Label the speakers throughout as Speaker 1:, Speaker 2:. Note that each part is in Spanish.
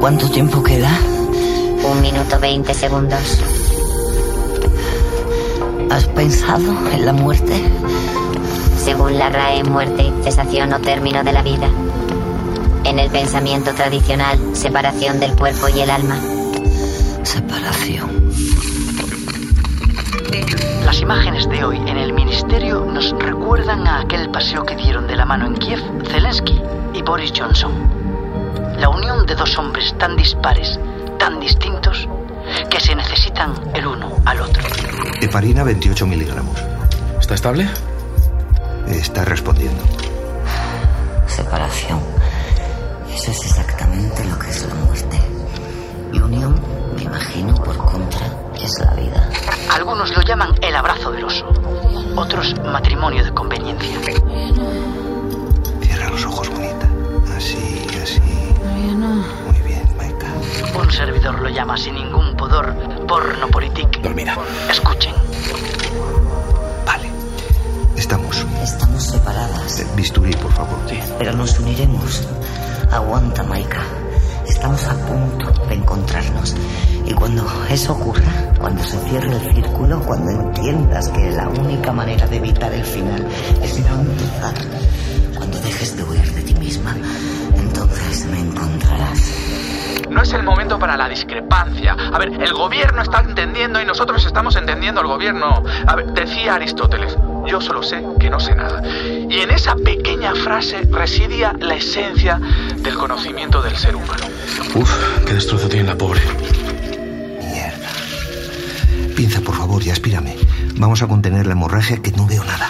Speaker 1: ¿Cuánto tiempo queda?
Speaker 2: Un minuto veinte segundos.
Speaker 1: ¿Has pensado en la muerte?
Speaker 2: Según la RAE, muerte, cesación o término de la vida. En el pensamiento tradicional, separación del cuerpo y el alma.
Speaker 1: Separación.
Speaker 3: Las imágenes de hoy en el ministerio nos recuerdan a aquel paseo que dieron de la mano en Kiev Zelensky y Boris Johnson. La unión de dos hombres tan dispares, tan distintos, que se necesitan el uno al otro.
Speaker 4: Heparina 28 miligramos.
Speaker 5: ¿Está estable?
Speaker 4: Está respondiendo.
Speaker 1: Separación. Eso es exactamente lo que es la muerte. Y unión, me imagino, por contra, es la vida.
Speaker 3: Algunos lo llaman el abrazo del oso, otros matrimonio de conveniencia.
Speaker 4: Cierra los ojos, bonita. Así, así. Muy bien, Maika.
Speaker 3: Un servidor lo llama sin ningún pudor porno politic.
Speaker 5: Dormida.
Speaker 3: Escuchen.
Speaker 4: Vale. Estamos.
Speaker 1: Estamos separadas,
Speaker 4: Eh, Bisturí, por favor.
Speaker 1: pero nos uniremos. Aguanta, Maika. Estamos a punto de encontrarnos. Y cuando eso ocurra, cuando se cierre el círculo, cuando entiendas que la única manera de evitar el final es no empezar, cuando dejes de huir de ti misma, entonces me encontrarás.
Speaker 6: No es el momento para la discrepancia. A ver, el gobierno está entendiendo y nosotros estamos entendiendo al gobierno. A ver, decía Aristóteles, yo solo sé que no sé nada. Y en esa pequeña frase residía la esencia del conocimiento del ser humano.
Speaker 5: Uf, qué destrozo tiene la pobre.
Speaker 4: Mierda. Pinza, por favor, y aspírame. Vamos a contener la hemorragia que no veo nada.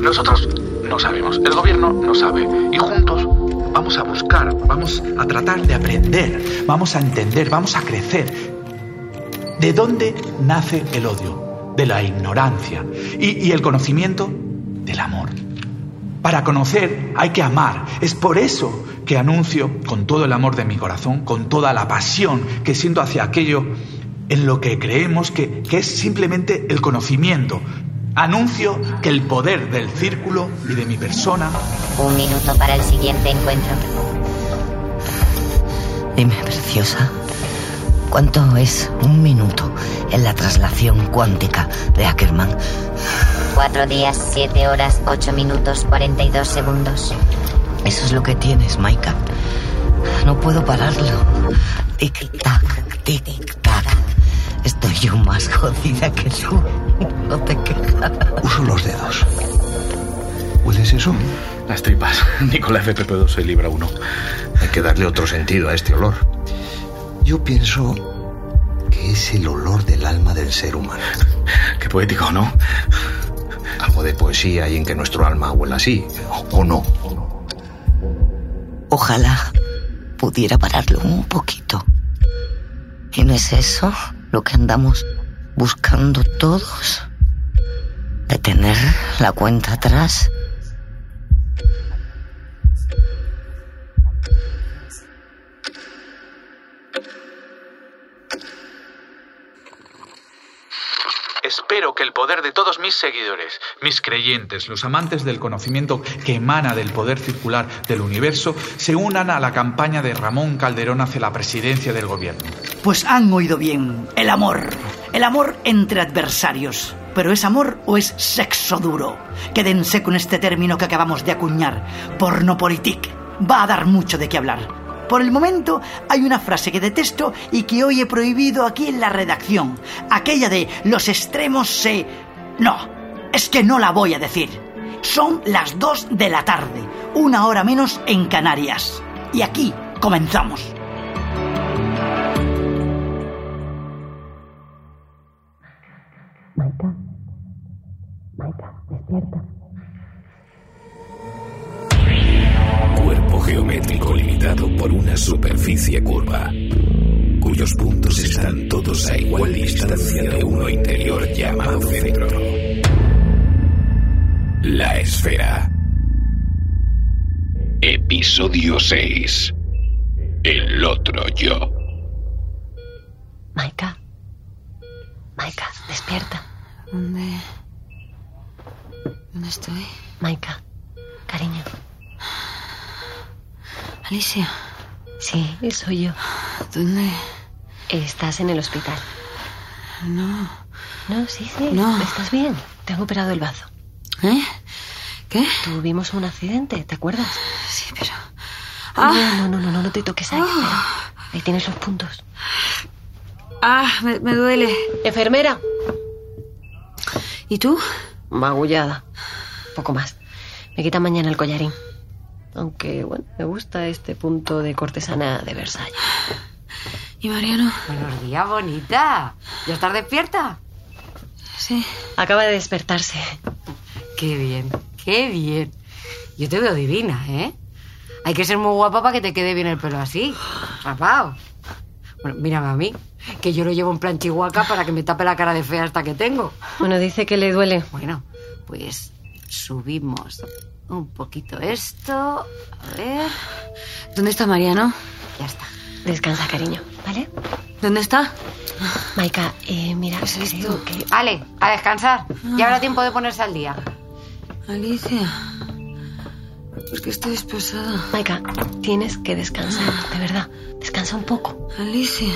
Speaker 6: Nosotros no sabemos, el gobierno no sabe. Y juntos vamos a buscar, vamos a tratar de aprender, vamos a entender, vamos a crecer. ¿De dónde nace el odio? De la ignorancia. Y, y el conocimiento del amor. Para conocer hay que amar. Es por eso que anuncio con todo el amor de mi corazón, con toda la pasión que siento hacia aquello en lo que creemos que, que es simplemente el conocimiento. Anuncio que el poder del círculo y de mi persona
Speaker 2: Un minuto para el siguiente encuentro.
Speaker 1: Dime, preciosa, ¿cuánto es un minuto en la traslación cuántica de Ackerman?
Speaker 2: Cuatro días, siete horas, ocho minutos, cuarenta y dos segundos.
Speaker 1: Eso es lo que tienes, Maika. No puedo pararlo. Tic-tac, tic-tac. Estoy yo más jodida que tú. No te quejas.
Speaker 4: Uso los dedos. ¿Hueles eso?
Speaker 5: Las tripas. Nicolás FPP2 se libra uno.
Speaker 4: Hay que darle otro sentido a este olor. Yo pienso que es el olor del alma del ser humano.
Speaker 5: Qué poético, ¿no?
Speaker 4: Algo de poesía hay en que nuestro alma huela así, o no.
Speaker 1: Ojalá pudiera pararlo un poquito. ¿Y no es eso lo que andamos buscando todos? Detener la cuenta atrás.
Speaker 6: Espero que el poder de todos mis seguidores, mis creyentes, los amantes del conocimiento que emana del poder circular del universo, se unan a la campaña de Ramón Calderón hacia la presidencia del gobierno.
Speaker 7: Pues han oído bien. El amor. El amor entre adversarios. Pero ¿es amor o es sexo duro? Quédense con este término que acabamos de acuñar. Pornopolitik. Va a dar mucho de qué hablar. Por el momento hay una frase que detesto y que hoy he prohibido aquí en la redacción. Aquella de los extremos se... No, es que no la voy a decir. Son las 2 de la tarde, una hora menos en Canarias. Y aquí comenzamos.
Speaker 8: Maika, Maika, despierta.
Speaker 9: Cuerpo geométrico limitado por una superficie curva, cuyos puntos están todos a igual distancia de uno interior llamado centro. La esfera. Episodio 6. El otro yo.
Speaker 8: Maika. Maika, despierta.
Speaker 10: ¿Dónde? ¿Dónde estoy?
Speaker 8: Maika, cariño,
Speaker 10: Alicia.
Speaker 8: Sí, soy yo.
Speaker 10: ¿Dónde?
Speaker 8: Estás en el hospital.
Speaker 10: No.
Speaker 8: No, sí, sí.
Speaker 10: No.
Speaker 8: Estás bien. Te han operado el bazo.
Speaker 10: ¿Eh? ¿Qué?
Speaker 8: Tuvimos un accidente, ¿te acuerdas?
Speaker 10: Sí, pero.
Speaker 8: Ah. No, no, no, no, no te toques ahí.
Speaker 10: Ah.
Speaker 8: espera. Ahí tienes los puntos.
Speaker 10: Ah, me, me duele.
Speaker 8: Enfermera.
Speaker 10: ¿Y tú?
Speaker 8: Magullada. Poco más. Me quita mañana el collarín. Aunque, bueno, me gusta este punto de cortesana de Versalles.
Speaker 10: ¿Y Mariano?
Speaker 11: Buenos días, bonita. ¿Ya estás despierta?
Speaker 10: Sí.
Speaker 8: Acaba de despertarse.
Speaker 11: Qué bien, qué bien. Yo te veo divina, ¿eh? Hay que ser muy guapa para que te quede bien el pelo así, rapado. Bueno, mírame a mí, que yo lo llevo en plan chihuahua para que me tape la cara de fea hasta que tengo.
Speaker 8: Bueno, dice que le duele.
Speaker 11: Bueno, pues subimos un poquito esto. A ver.
Speaker 10: ¿Dónde está Mariano?
Speaker 11: Ya está.
Speaker 8: Descansa, cariño, ¿vale?
Speaker 10: ¿Dónde está?
Speaker 8: Maika, eh, mira, creo que... Ah.
Speaker 11: Ale, a descansar. Ya habrá tiempo de ponerse al día.
Speaker 10: Alicia. Porque estoy esposada.
Speaker 8: Maika, tienes que descansar, de verdad. Descansa un poco.
Speaker 10: Alicia.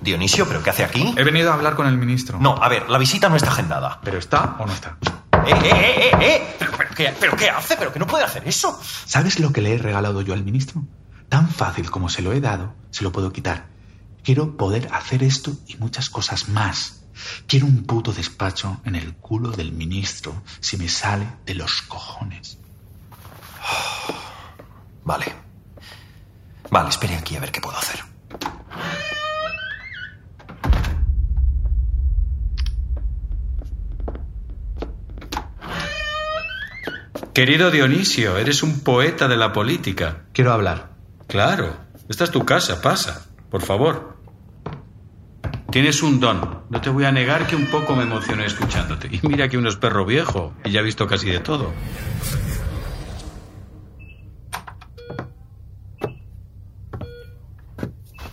Speaker 12: Dionisio, ¿pero qué hace aquí?
Speaker 5: He venido a hablar con el ministro.
Speaker 12: No, a ver, la visita no está agendada.
Speaker 5: ¿Pero está o no está?
Speaker 12: ¡Eh, eh, eh, eh! eh! ¿Pero, pero qué, pero qué hace? ¿Pero que no puede hacer eso?
Speaker 6: ¿Sabes lo que le he regalado yo al ministro? Tan fácil como se lo he dado, se lo puedo quitar. Quiero poder hacer esto y muchas cosas más. Quiero un puto despacho en el culo del ministro si me sale de los cojones.
Speaker 12: Vale. Vale, espere aquí a ver qué puedo hacer.
Speaker 13: Querido Dionisio, eres un poeta de la política.
Speaker 6: Quiero hablar.
Speaker 13: Claro, esta es tu casa, pasa, por favor. Tienes un don. No te voy a negar que un poco me emocioné escuchándote. Y mira que uno es perro viejo y ya ha visto casi de todo.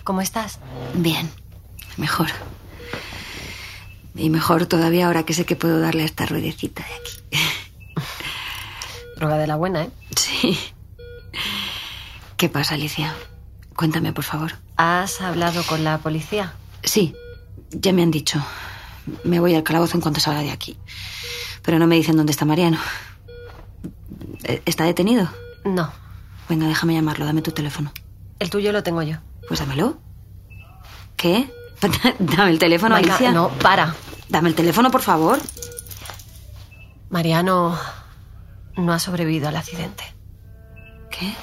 Speaker 8: ¿Cómo estás?
Speaker 10: Bien. Mejor. Y mejor todavía ahora que sé que puedo darle a esta ruedecita de aquí.
Speaker 8: Droga de la buena, ¿eh?
Speaker 10: Sí. ¿Qué pasa, Alicia? Cuéntame, por favor.
Speaker 8: ¿Has hablado con la policía?
Speaker 10: Sí, ya me han dicho. Me voy al calabozo en cuanto salga de aquí. Pero no me dicen dónde está Mariano. Eh, ¿Está detenido?
Speaker 8: No.
Speaker 10: Venga, déjame llamarlo, dame tu teléfono.
Speaker 8: El tuyo lo tengo yo.
Speaker 10: Pues dámelo. ¿Qué? dame el teléfono,
Speaker 8: Maika,
Speaker 10: Alicia.
Speaker 8: no, para.
Speaker 10: Dame el teléfono, por favor.
Speaker 8: Mariano no ha sobrevivido al accidente.
Speaker 10: ¿Qué?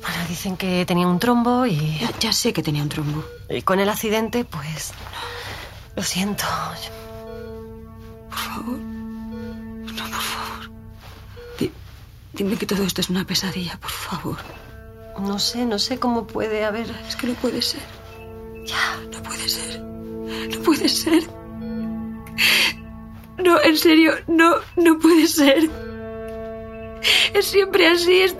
Speaker 8: Bueno, dicen que tenía un trombo y,
Speaker 10: Ya, ya sé que tenía un trombo.
Speaker 8: y con el accidente, pues... Lo siento.
Speaker 10: Por favor. No, por favor. Di- dime que todo esto es una pesadilla, por favor.
Speaker 8: No sé, no sé cómo puede haber...
Speaker 10: Es que no puede ser. Ya, no puede ser. No puede ser. No, en serio, no, no puede ser. Es siempre así. es-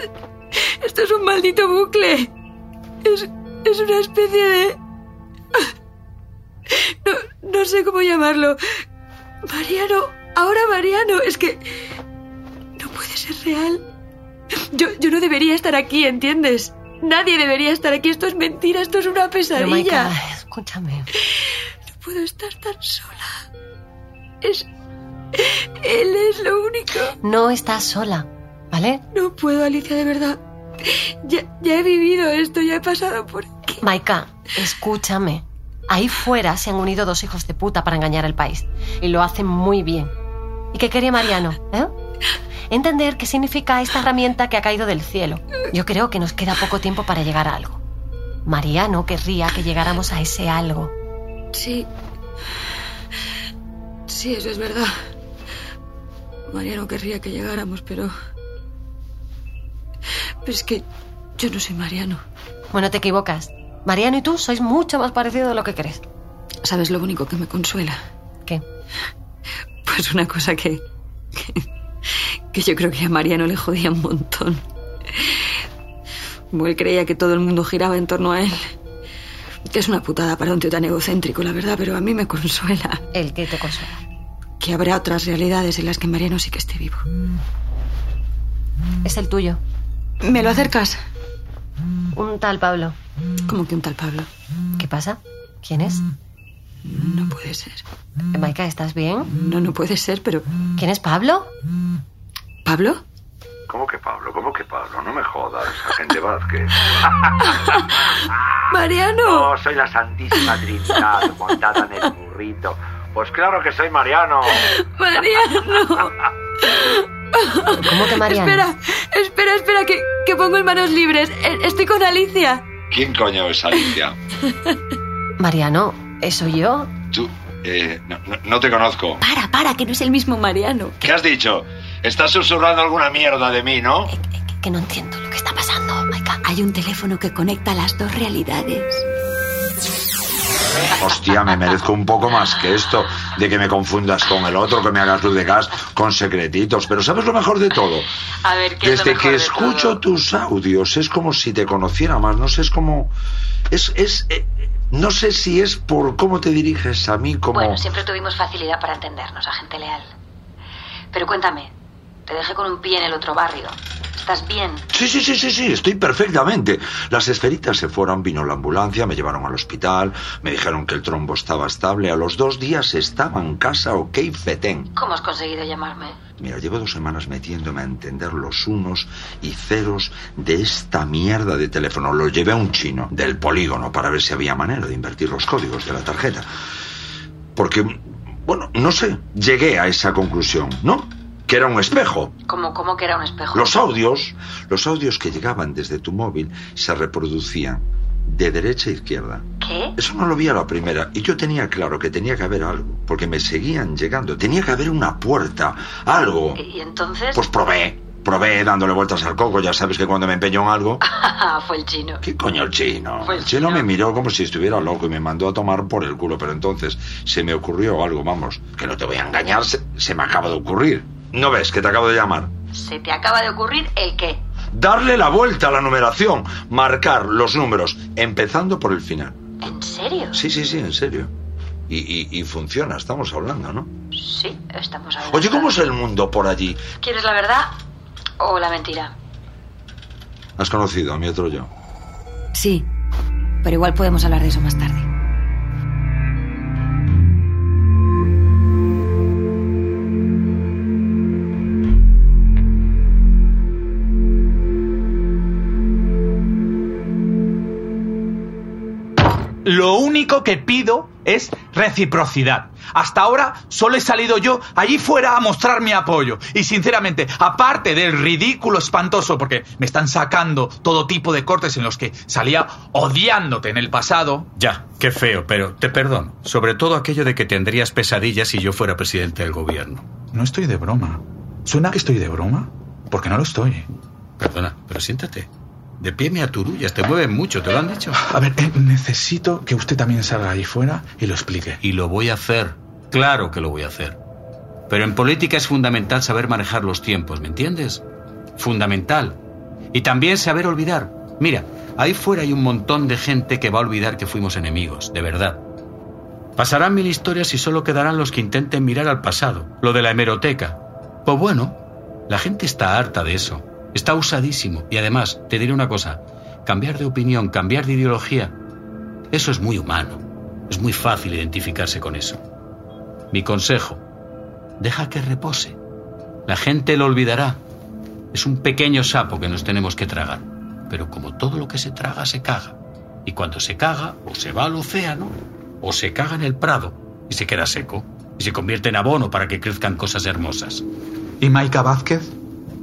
Speaker 10: esto es un maldito bucle. Es, es una especie de... No, no sé cómo llamarlo. Mariano, ahora Mariano, es que... No puede ser real. Yo, yo no debería estar aquí, ¿entiendes? Nadie debería estar aquí. Esto es mentira, esto es una
Speaker 8: Pero
Speaker 10: pesadilla.
Speaker 8: Maika, escúchame.
Speaker 10: No puedo estar tan sola. Es. Él es lo único.
Speaker 8: No estás sola, ¿vale?
Speaker 10: No puedo, Alicia, de verdad. Ya, ya he vivido esto, ya he pasado por aquí.
Speaker 8: Maika, escúchame. Ahí fuera se han unido dos hijos de puta para engañar al país. Y lo hacen muy bien. ¿Y qué quería Mariano? ¿Eh? Entender qué significa esta herramienta que ha caído del cielo. Yo creo que nos queda poco tiempo para llegar a algo. Mariano querría que llegáramos a ese algo.
Speaker 10: Sí. Sí, eso es verdad. Mariano querría que llegáramos, pero. Pero es que yo no soy Mariano.
Speaker 8: Bueno, te equivocas. Mariano y tú sois mucho más parecidos de lo que crees.
Speaker 10: ¿Sabes lo único que me consuela?
Speaker 8: ¿Qué?
Speaker 10: Pues una cosa que, que. que yo creo que a Mariano le jodía un montón. Como él creía que todo el mundo giraba en torno a él. Es una putada para un tío tan egocéntrico, la verdad, pero a mí me consuela.
Speaker 8: ¿El qué te consuela?
Speaker 10: Que habrá otras realidades en las que Mariano sí que esté vivo.
Speaker 8: Es el tuyo.
Speaker 10: ¿Me lo acercas?
Speaker 8: Un tal Pablo.
Speaker 10: ¿Cómo que un tal Pablo?
Speaker 8: ¿Qué pasa? ¿Quién es?
Speaker 10: No puede ser.
Speaker 8: Maika, ¿estás bien?
Speaker 10: No, no puede ser, pero...
Speaker 8: ¿Quién es Pablo?
Speaker 10: ¿Pablo?
Speaker 14: ¿Cómo que Pablo? ¿Cómo que Pablo? No me jodas, agente Vázquez.
Speaker 10: ¡Mariano!
Speaker 14: No, soy la santísima Trinidad montada en el burrito. Pues claro que soy Mariano.
Speaker 10: ¡Mariano!
Speaker 8: ¿Cómo que Mariano?
Speaker 10: Espera, espera, espera, que, que pongo en manos libres. Eh, Estoy con Alicia.
Speaker 14: ¿Quién coño es Alicia?
Speaker 8: Mariano, ¿eh, ¿soy yo?
Speaker 14: Tú, eh, no, no- no te conozco.
Speaker 10: Para, para, que no es el mismo Mariano.
Speaker 14: ¿Qué has dicho? Estás susurrando alguna mierda de mí, ¿no?
Speaker 8: Eh, Que, no entiendo lo que está pasando, Maika.
Speaker 10: Hay un teléfono que conecta las dos realidades.
Speaker 15: Hostia, me merezco un poco más que esto, de que me confundas con el otro, que me hagas luz de gas, con secretitos. Pero ¿sabes lo mejor de todo?
Speaker 16: A ver, ¿qué es lo
Speaker 15: Desde
Speaker 16: mejor
Speaker 15: que
Speaker 16: de
Speaker 15: escucho tus audios es como si te conociera más, no sé, es como... Es, es, eh, no sé si es por cómo te diriges a mí, como...
Speaker 16: Bueno, siempre tuvimos facilidad para entendernos, agente leal. Pero cuéntame, te dejé con un pie en el otro barrio. ¿Estás bien?
Speaker 15: Sí, sí, sí, sí, sí, estoy perfectamente. Las esferitas se fueron, vino la ambulancia, me llevaron al hospital, me dijeron que el trombo estaba estable, a los dos días estaba en casa, ok, fetén.
Speaker 16: ¿Cómo has conseguido llamarme?
Speaker 15: Mira, llevo dos semanas metiéndome a entender los unos y ceros de esta mierda de teléfono. Lo llevé a un chino del polígono para ver si había manera de invertir los códigos de la tarjeta. Porque, bueno, no sé, llegué a esa conclusión, ¿no? Que era un espejo.
Speaker 16: ¿Cómo, cómo que era un espejo?
Speaker 15: Los audios, los audios que llegaban desde tu móvil se reproducían de derecha a izquierda.
Speaker 16: ¿Qué?
Speaker 15: Eso no lo vi a la primera y yo tenía claro que tenía que haber algo, porque me seguían llegando, tenía que haber una puerta, algo.
Speaker 16: ¿Y entonces?
Speaker 15: Pues probé, probé dándole vueltas al coco, ya sabes que cuando me empeño en algo...
Speaker 16: Fue el chino.
Speaker 15: ¿Qué coño el chino?
Speaker 16: Pues
Speaker 15: el chino me miró como si estuviera loco y me mandó a tomar por el culo, pero entonces se me ocurrió algo, vamos, que no te voy a engañar, se, se me acaba de ocurrir. ¿No ves que te acabo de llamar?
Speaker 16: ¿Se te acaba de ocurrir el qué?
Speaker 15: Darle la vuelta a la numeración, marcar los números, empezando por el final.
Speaker 16: ¿En serio?
Speaker 15: Sí, sí, sí, en serio. Y, y- y funciona, estamos hablando, ¿no?
Speaker 16: Sí, estamos hablando.
Speaker 15: Oye, ¿cómo es el mundo por allí?
Speaker 16: ¿Quieres la verdad o la mentira?
Speaker 15: ¿Has conocido a mi otro yo?
Speaker 10: Sí, pero igual podemos hablar de eso más tarde.
Speaker 6: Lo único que pido es reciprocidad. Hasta ahora solo he salido yo allí fuera a mostrar mi apoyo. Y sinceramente, aparte del ridículo espantoso, porque me están sacando todo tipo de cortes en los que salía odiándote en el pasado,
Speaker 13: Ya, qué feo, pero te perdono. Sobre todo aquello de que tendrías pesadillas si yo fuera presidente del gobierno.
Speaker 5: No estoy de broma. ¿Suena que estoy de broma? Porque no lo estoy.
Speaker 13: Perdona, pero siéntate. De pie me aturullas, te mueven mucho, ¿te lo han dicho?
Speaker 5: A ver, eh, necesito que usted también salga ahí fuera y lo explique.
Speaker 13: Y lo voy a hacer. Claro que lo voy a hacer. Pero en política es fundamental saber manejar los tiempos, ¿me entiendes? Fundamental. Y también saber olvidar. Mira, ahí fuera hay un montón de gente que va a olvidar que fuimos enemigos, de verdad. Pasarán mil historias y solo quedarán los que intenten mirar al pasado, lo de la hemeroteca. Pues bueno, la gente está harta de eso. Está usadísimo. Y además, te diré una cosa, cambiar de opinión, cambiar de ideología, eso es muy humano. Es muy fácil identificarse con eso. Mi consejo, deja que repose. La gente lo olvidará. Es un pequeño sapo que nos tenemos que tragar. Pero como todo lo que se traga, se caga. Y cuando se caga, o se va al océano, o se caga en el prado, y se queda seco, y se convierte en abono para que crezcan cosas hermosas.
Speaker 5: ¿Y Maika Vázquez?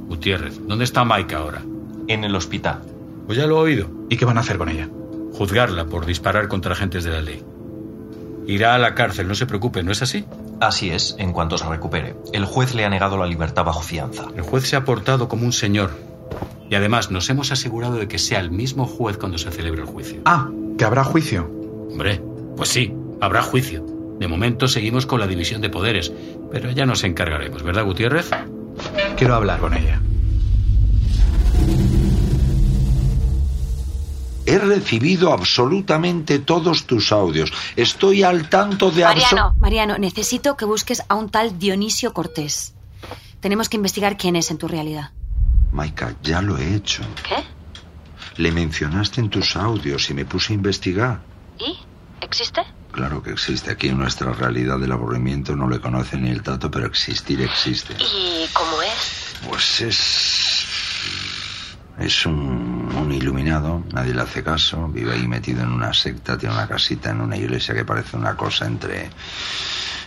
Speaker 13: Gutiérrez, ¿dónde está Maika ahora? En el hospital. Pues ya lo he oído.
Speaker 5: ¿Y qué van a hacer con ella?
Speaker 13: Juzgarla por disparar contra agentes de la ley. Irá a la cárcel, no se preocupe, ¿no es así?
Speaker 17: Así es, en cuanto se recupere. El juez le ha negado la libertad bajo fianza.
Speaker 13: El juez se ha portado como un señor. Y además nos hemos asegurado de que sea el mismo juez cuando se celebre el juicio.
Speaker 5: Ah, que habrá juicio.
Speaker 13: Hombre, pues sí, habrá juicio. De momento seguimos con la división de poderes, pero ya nos encargaremos, ¿verdad, Gutiérrez?
Speaker 5: Quiero hablar con ella.
Speaker 15: He recibido absolutamente todos tus audios. Estoy al tanto de... abso-
Speaker 16: Mariano, Mariano, necesito que busques a un tal Dionisio Cortés. Tenemos que investigar quién es en tu realidad.
Speaker 15: Maika, ya lo he hecho.
Speaker 16: ¿Qué?
Speaker 15: Le mencionaste en tus audios y me puse a investigar.
Speaker 16: ¿Y? ¿Existe?
Speaker 15: Claro que existe. Aquí en nuestra realidad del aburrimiento no le conoce ni el tato, pero existir existe.
Speaker 16: ¿Y cómo es?
Speaker 15: Pues es. Es un, un iluminado, nadie le hace caso, vive ahí metido en una secta, tiene una casita en una iglesia que parece una cosa entre.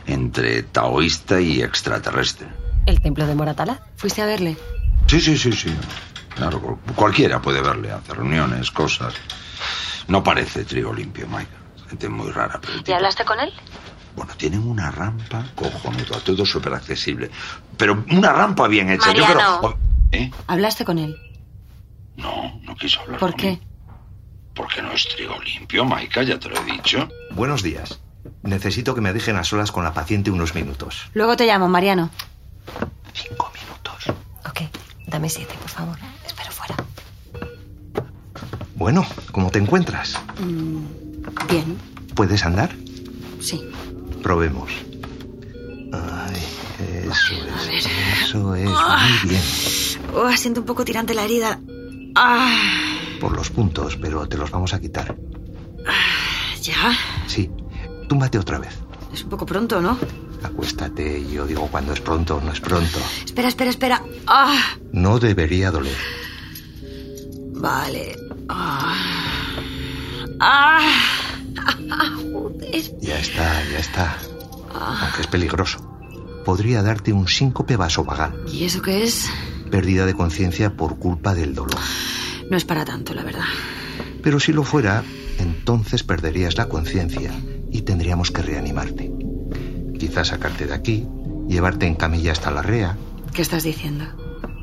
Speaker 15: entre taoísta y extraterrestre.
Speaker 8: ¿El templo de Moratala?
Speaker 16: ¿Fuiste a verle?
Speaker 15: Sí, sí, sí, sí. Claro, cual- cualquiera puede verle, hace reuniones, cosas. No parece trigo limpio, Mike. Gente muy rara, pero
Speaker 16: ¿Y hablaste con él?
Speaker 15: bueno, tienen una rampa cojonuda, todo súper accesible. Pero una rampa bien hecha. Yo
Speaker 16: Mariano.
Speaker 15: creo- ¿Eh?
Speaker 16: ¿Hablaste con él?
Speaker 15: No, no quiso hablar.
Speaker 16: ¿Por qué?
Speaker 15: Porque no es trigo limpio, Maika, ya te lo he dicho.
Speaker 18: Buenos días. Necesito que me dejen a solas con la paciente unos minutos.
Speaker 16: Luego te llamo, Mariano.
Speaker 8: Dame siete, por favor. Espero fuera.
Speaker 18: Bueno, ¿cómo te encuentras?
Speaker 16: bien,
Speaker 18: ¿Puedes andar?
Speaker 16: sí.
Speaker 18: Probemos. Ay, eso es. Eso es. Muy bien.
Speaker 10: Oh, siento un poco tirante la herida. Ah,
Speaker 18: Por los puntos, pero te los vamos a quitar.
Speaker 10: ya.
Speaker 18: Sí. Túmbate otra vez.
Speaker 10: Es un poco pronto, ¿no?
Speaker 18: Acuéstate y yo digo cuando es pronto no es pronto.
Speaker 10: Espera, espera, espera. Ah,
Speaker 18: No debería doler.
Speaker 10: vale. Ah. Ah. Joder.
Speaker 18: Ya está, ya está. Aunque es peligroso. Podría darte un síncope vasovagal.
Speaker 10: ¿Y eso qué es?
Speaker 18: Pérdida de conciencia por culpa del dolor.
Speaker 10: No es para tanto, la verdad.
Speaker 18: Pero si lo fuera, entonces perderías la conciencia y tendríamos que reanimarte. Quizás sacarte de aquí, llevarte en camilla hasta la REA.
Speaker 10: ¿Qué estás diciendo?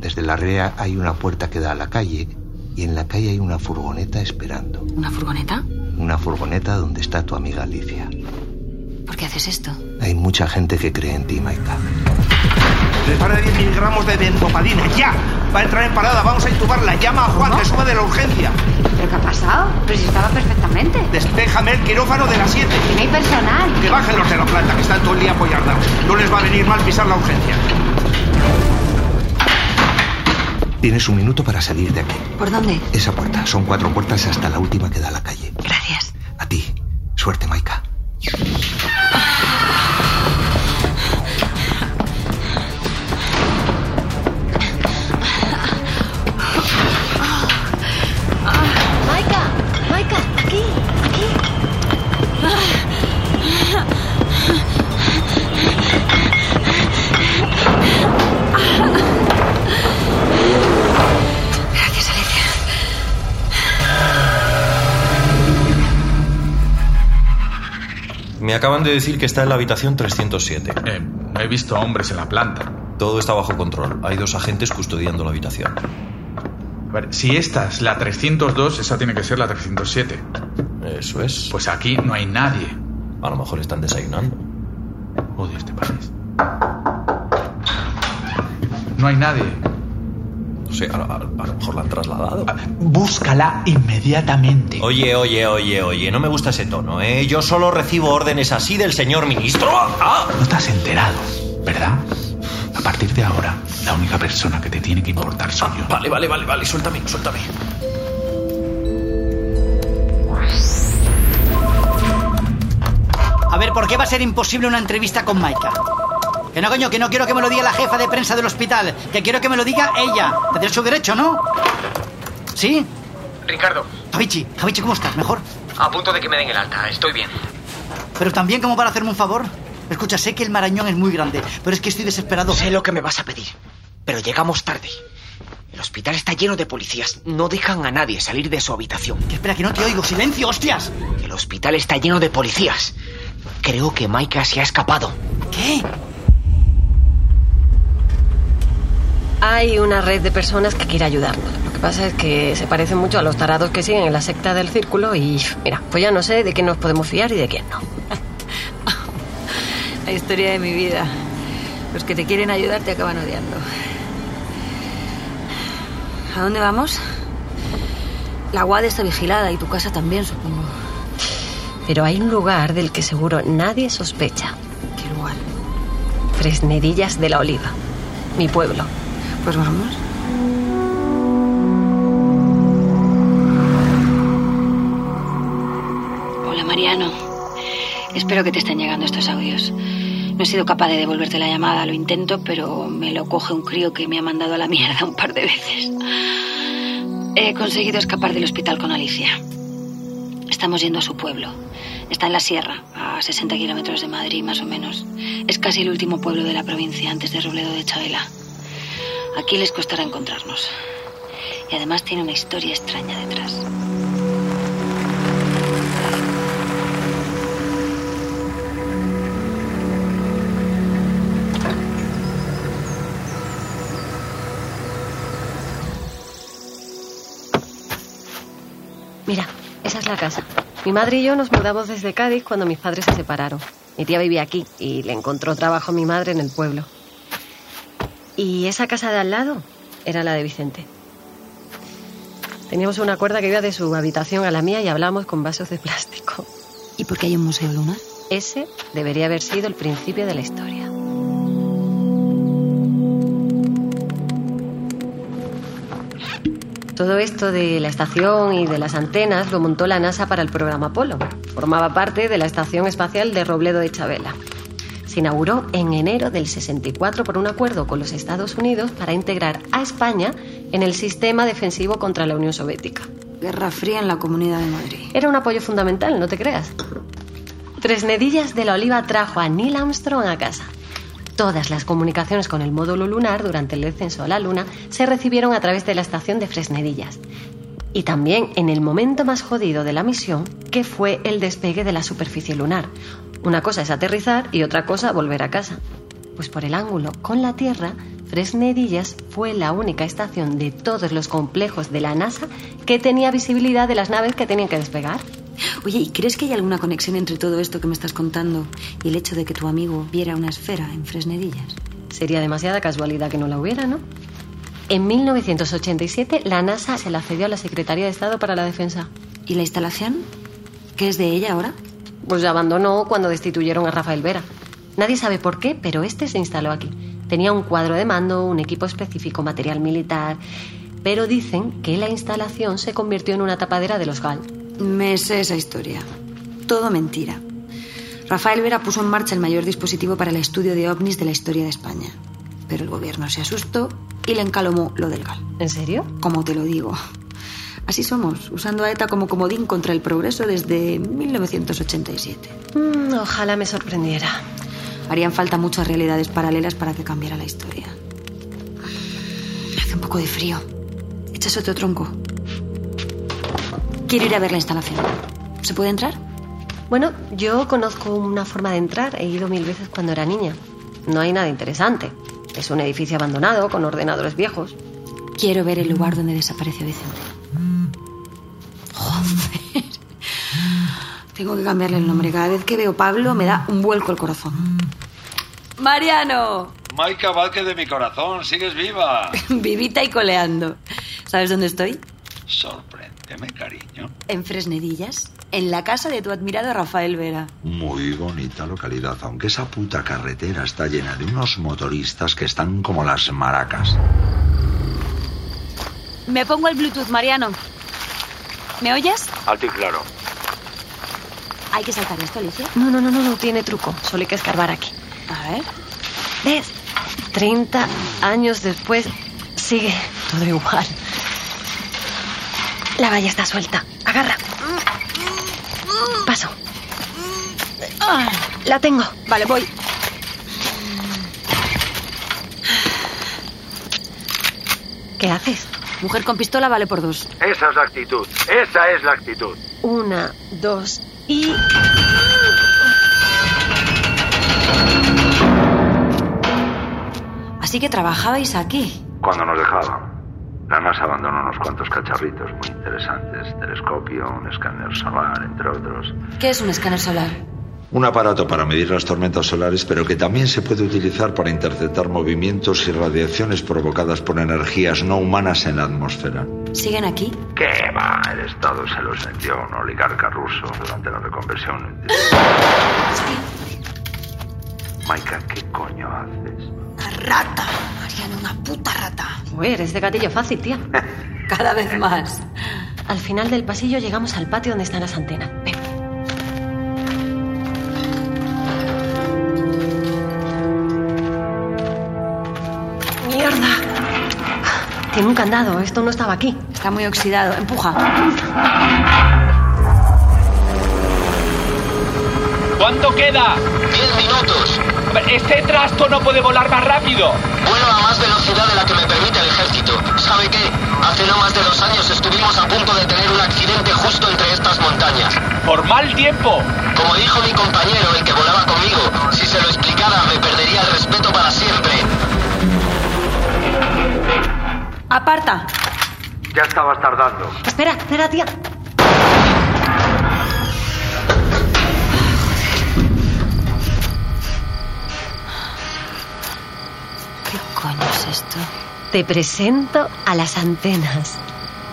Speaker 18: Desde la REA hay una puerta que da a la calle y en la calle hay una furgoneta esperando.
Speaker 10: ¿Una furgoneta?
Speaker 18: Una furgoneta donde está tu amiga Alicia.
Speaker 10: ¿Por qué haces esto?
Speaker 18: Hay mucha gente que cree en ti, Maika.
Speaker 19: Prepara 10 miligramos de benzopadina, ya. Va a entrar en parada, vamos a intubarla. Llama a Juan, que sube de la urgencia.
Speaker 11: ¿Pero qué ha pasado? Pero si estaba perfectamente.
Speaker 19: Déjame el quirófano de las 7.
Speaker 11: No hay personal.
Speaker 19: Que bajen los de la planta, que están todo el día apoyardados. No les va a venir mal pisar la urgencia.
Speaker 18: Tienes un minuto para salir de aquí.
Speaker 10: ¿Por dónde?
Speaker 18: Esa puerta. Son cuatro puertas hasta la última que da a la calle.
Speaker 10: Gracias.
Speaker 18: A ti. Suerte, Maika.
Speaker 8: ¡Maika! ¡Maika! ¡Aquí! ¡Aquí!
Speaker 10: Gracias, Alicia.
Speaker 17: Me acaban de decir que está en la habitación 307.
Speaker 6: no Eh, he visto a hombres en la planta.
Speaker 17: Todo está bajo control. Hay dos agentes custodiando la habitación.
Speaker 6: A ver, si esta es la 302, esa tiene que ser la 307.
Speaker 17: Eso es.
Speaker 6: Pues aquí no hay nadie.
Speaker 17: A lo mejor están desayunando.
Speaker 6: Odio este país. No hay nadie.
Speaker 17: No sé, a, a- a lo mejor la han trasladado.
Speaker 6: Búscala inmediatamente.
Speaker 17: Oye, oye, oye, oye, no me gusta ese tono, ¿eh? Yo solo recibo órdenes así del señor ministro. ¡Ah!
Speaker 6: No te has enterado, ¿verdad? A partir de ahora, la única persona que te tiene que importar soy yo.
Speaker 17: Vale, vale, vale, vale, suéltame, suéltame.
Speaker 7: A ver, ¿por qué va a ser imposible una entrevista con Maika? Que no, coño, que no quiero que me lo diga la jefa de prensa del hospital. Que quiero que me lo diga ella. Tendré su derecho, ¿no? ¿Sí?
Speaker 12: Ricardo,
Speaker 7: Javichi, Javichi, ¿cómo estás? ¿Mejor?
Speaker 12: a punto de que me den el alta, estoy bien.
Speaker 7: Pero también como para hacerme un favor. Escucha, sé que el Marañón es muy grande, pero es que estoy desesperado. Sé
Speaker 19: lo que me vas a pedir. Pero llegamos tarde. El hospital está lleno de policías. No dejan a nadie salir de su habitación.
Speaker 7: Espera, que no te oigo. ¡Silencio, hostias!
Speaker 19: El hospital está lleno de policías. Creo que Maika se ha escapado.
Speaker 7: ¿Qué?
Speaker 8: Hay una red de personas que quiere ayudarnos. Lo que pasa es que se parecen mucho a los tarados que siguen en la secta del círculo y, mira, pues ya no sé de quién nos podemos fiar y de quién no.
Speaker 16: La historia de mi vida. Los que te quieren ayudar te acaban odiando.
Speaker 10: ¿A dónde vamos?
Speaker 16: La UAD está vigilada y tu casa también, supongo.
Speaker 8: Pero hay un lugar del que seguro nadie sospecha.
Speaker 16: ¿Qué lugar?
Speaker 8: Fresnedillas de la Oliva. Mi pueblo.
Speaker 16: Pues vamos. Hola, Mariano. Espero que te estén llegando estos audios. No he sido capaz de devolverte la llamada, lo intento, pero me lo coge un crío que me ha mandado a la mierda un par de veces. He conseguido escapar del hospital con Alicia. Estamos yendo a su pueblo. Está en la sierra, a 60 kilómetros de Madrid, más o menos. Es casi el último pueblo de la provincia antes de Robledo de Chabela. Aquí les costará encontrarnos. Y además tiene una historia extraña detrás.
Speaker 8: Mira, esa es la casa. Mi madre y yo nos mudamos desde Cádiz cuando mis padres se separaron. Mi tía vivía aquí y le encontró trabajo a mi madre en el pueblo. Y esa casa de al lado era la de Vicente. Teníamos una cuerda que iba de su habitación a la mía y hablábamos con vasos de plástico.
Speaker 16: ¿Y por qué hay un museo lunar?
Speaker 8: Ese debería haber sido el principio de la historia. Todo esto de la estación y de las antenas lo montó la NASA para el programa Apolo. Formaba parte de la Estación Espacial de Robledo de Chabela. Se inauguró en enero del 64 por un acuerdo con los Estados Unidos para integrar a España en el sistema defensivo contra la Unión Soviética.
Speaker 16: Guerra fría en la Comunidad de Madrid.
Speaker 8: Era un apoyo fundamental, no te creas. Fresnedillas de la Oliva trajo a Neil Armstrong a casa. Todas las comunicaciones con el módulo lunar durante el descenso a la Luna se recibieron a través de la estación de Fresnedillas. Y también en el momento más jodido de la misión, que fue el despegue de la superficie lunar. Una cosa es aterrizar y otra cosa volver a casa. Pues por el ángulo con la Tierra, Fresnedillas fue la única estación de todos los complejos de la NASA que tenía visibilidad de las naves que tenían que despegar.
Speaker 16: Oye, ¿y crees que hay alguna conexión entre todo esto que me estás contando y el hecho de que tu amigo viera una esfera en Fresnedillas?
Speaker 8: Sería demasiada casualidad que no la hubiera, ¿no? En 1987 la NASA se la cedió a la Secretaría de Estado para la Defensa.
Speaker 16: ¿Y la instalación? ¿Qué es de ella ahora?
Speaker 8: Pues la abandonó cuando destituyeron a Rafael Vera. Nadie sabe por qué, pero este se instaló aquí. Tenía un cuadro de mando, un equipo específico, material militar, pero dicen que la instalación se convirtió en una tapadera de los GAL.
Speaker 16: Me sé esa historia. Todo mentira. Rafael Vera puso en marcha el mayor dispositivo para el estudio de ovnis de la historia de España. Pero el gobierno se asustó y le encalomó lo del GAL.
Speaker 8: ¿En serio?
Speaker 16: Como te lo digo. Así somos, usando a ETA como comodín contra el progreso desde 1987.
Speaker 8: Mm, ojalá me sorprendiera.
Speaker 16: Harían falta muchas realidades paralelas para que cambiara la historia. Hace un poco de frío. Echas otro tronco. Quiero ir a ver la instalación. ¿Se puede entrar?
Speaker 8: Bueno, yo conozco una forma de entrar. He ido mil veces cuando era niña. No hay nada interesante. Es un edificio abandonado con ordenadores viejos.
Speaker 16: Quiero ver el lugar donde desapareció Vicente. Joder. Tengo que cambiarle el nombre. Cada vez que veo Pablo me da un vuelco el corazón. Mariano.
Speaker 14: Maika Vázquez de mi corazón, sigues viva.
Speaker 16: Vivita y coleando. ¿Sabes dónde estoy?
Speaker 14: Sorpréndeme, cariño.
Speaker 16: En Fresnedillas, en la casa de tu admirado Rafael Vera.
Speaker 15: Muy bonita localidad, aunque esa puta carretera está llena de unos motoristas que están como las maracas.
Speaker 10: Me pongo el Bluetooth, Mariano. ¿Me oyes?
Speaker 14: Alto y claro.
Speaker 10: Hay que saltar esto, Alicia.
Speaker 8: No, no, no, no, no tiene truco. Solo hay que escarbar aquí.
Speaker 10: A ver.
Speaker 8: ¿Ves? 30 años después sigue todo igual. La valla está suelta. Agarra. Paso. Ah, La tengo.
Speaker 10: Vale, voy.
Speaker 8: ¿Qué haces?
Speaker 10: Mujer con pistola vale por dos.
Speaker 14: Esa es la actitud. Esa es la actitud.
Speaker 8: Una, dos y...
Speaker 16: Así que trabajabais aquí.
Speaker 15: Cuando nos dejaban. La NASA abandonó unos cuantos cacharritos muy interesantes. Telescopio, un escáner solar, entre otros.
Speaker 16: ¿Qué es un escáner solar?
Speaker 15: Un aparato para medir las tormentas solares, pero que también se puede utilizar para interceptar movimientos y radiaciones provocadas por energías no humanas en la atmósfera.
Speaker 16: ¿Siguen aquí?
Speaker 15: ¿Qué va? El Estado se los vendió a un oligarca ruso durante la reconversión. Maika, ¿qué coño haces?
Speaker 16: Rata, Mariano, una puta rata.
Speaker 8: Uy, eres de gatillo fácil, tía.
Speaker 16: Cada vez más.
Speaker 8: Al final del pasillo llegamos al patio donde están las antenas. Ven. ¡Mierda! Tiene un candado, esto no estaba aquí.
Speaker 16: Está muy oxidado, empuja.
Speaker 20: ¿Cuánto queda?
Speaker 21: 10 minutos.
Speaker 20: Este trasco no puede volar más rápido.
Speaker 21: Vuelo a más velocidad de la que me permite el ejército. ¿Sabe qué? Hace no más de dos años estuvimos a punto de tener un accidente justo entre estas montañas.
Speaker 20: Por mal tiempo.
Speaker 21: Como dijo mi compañero, el que volaba conmigo, si se lo explicara me perdería el respeto para siempre.
Speaker 16: Aparta.
Speaker 14: Ya estabas tardando.
Speaker 8: Espera, espera, tía.
Speaker 16: ¿Qué coño es esto?
Speaker 8: Te presento a las antenas,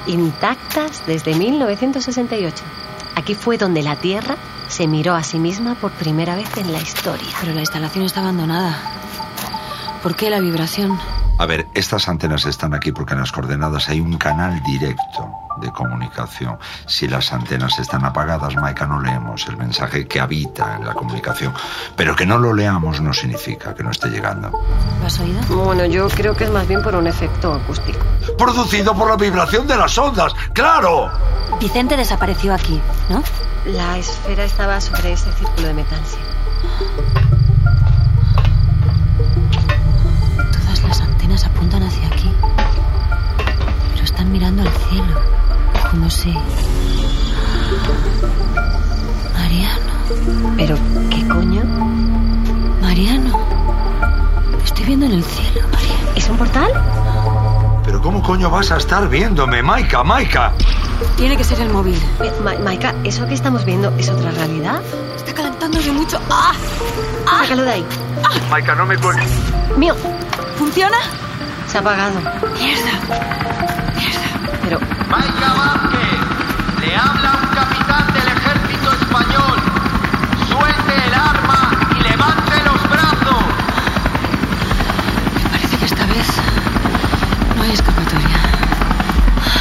Speaker 8: intactas desde 1968. Aquí fue donde la Tierra se miró a sí misma por primera vez en la historia.
Speaker 16: Pero la instalación está abandonada. ¿Por qué la vibración?
Speaker 15: A ver, estas antenas están aquí porque en las coordenadas hay un canal directo de comunicación. Si las antenas están apagadas, Maika, no leemos el mensaje que habita en la comunicación. Pero que no lo leamos no significa que no esté llegando.
Speaker 16: ¿Lo has oído?
Speaker 8: Bueno, yo creo que es más bien por un efecto acústico.
Speaker 14: Producido por la vibración de las ondas, claro.
Speaker 16: Vicente desapareció aquí, ¿no?
Speaker 8: La esfera estaba sobre ese círculo de metal, sí.
Speaker 16: Todas las antenas apuntan hacia aquí. Pero están mirando al cielo. Como si. Mariano.
Speaker 8: ¿Pero qué coño?
Speaker 16: Mariano. Te estoy viendo en el cielo, Mariano.
Speaker 8: ¿Es un portal?
Speaker 14: Pero ¿cómo coño vas a estar viéndome, Maika, Maika?
Speaker 16: Tiene que ser el móvil.
Speaker 8: Eh, Ma- Maika, ¿eso que estamos viendo es otra realidad?
Speaker 16: Está calentándose mucho. ¡Ah!
Speaker 8: Sácalo de ahí.
Speaker 14: Maika, no me cuelgues.
Speaker 8: Mío,
Speaker 16: ¿Funciona?
Speaker 8: se ha apagado.
Speaker 16: Mierda.
Speaker 8: Pero,
Speaker 21: Maika Vázquez, le habla un capitán del ejército español. Suelte el arma y levante los brazos.
Speaker 16: Me parece que esta vez no hay escapatoria.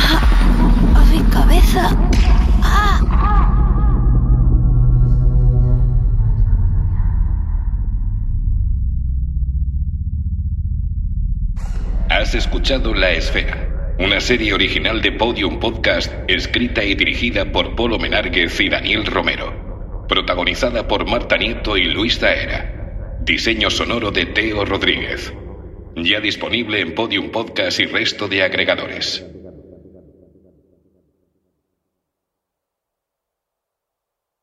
Speaker 16: ¡Ah! ¡A mi cabeza! ¡Ah!
Speaker 22: Has escuchado La Esfera, una serie original de Podium Podcast escrita y dirigida por Polo Menárguez y Daniel Romero, protagonizada por Marta Nieto y Luis Daera. Diseño sonoro de Teo Rodríguez. Ya disponible en Podium Podcast y resto de agregadores.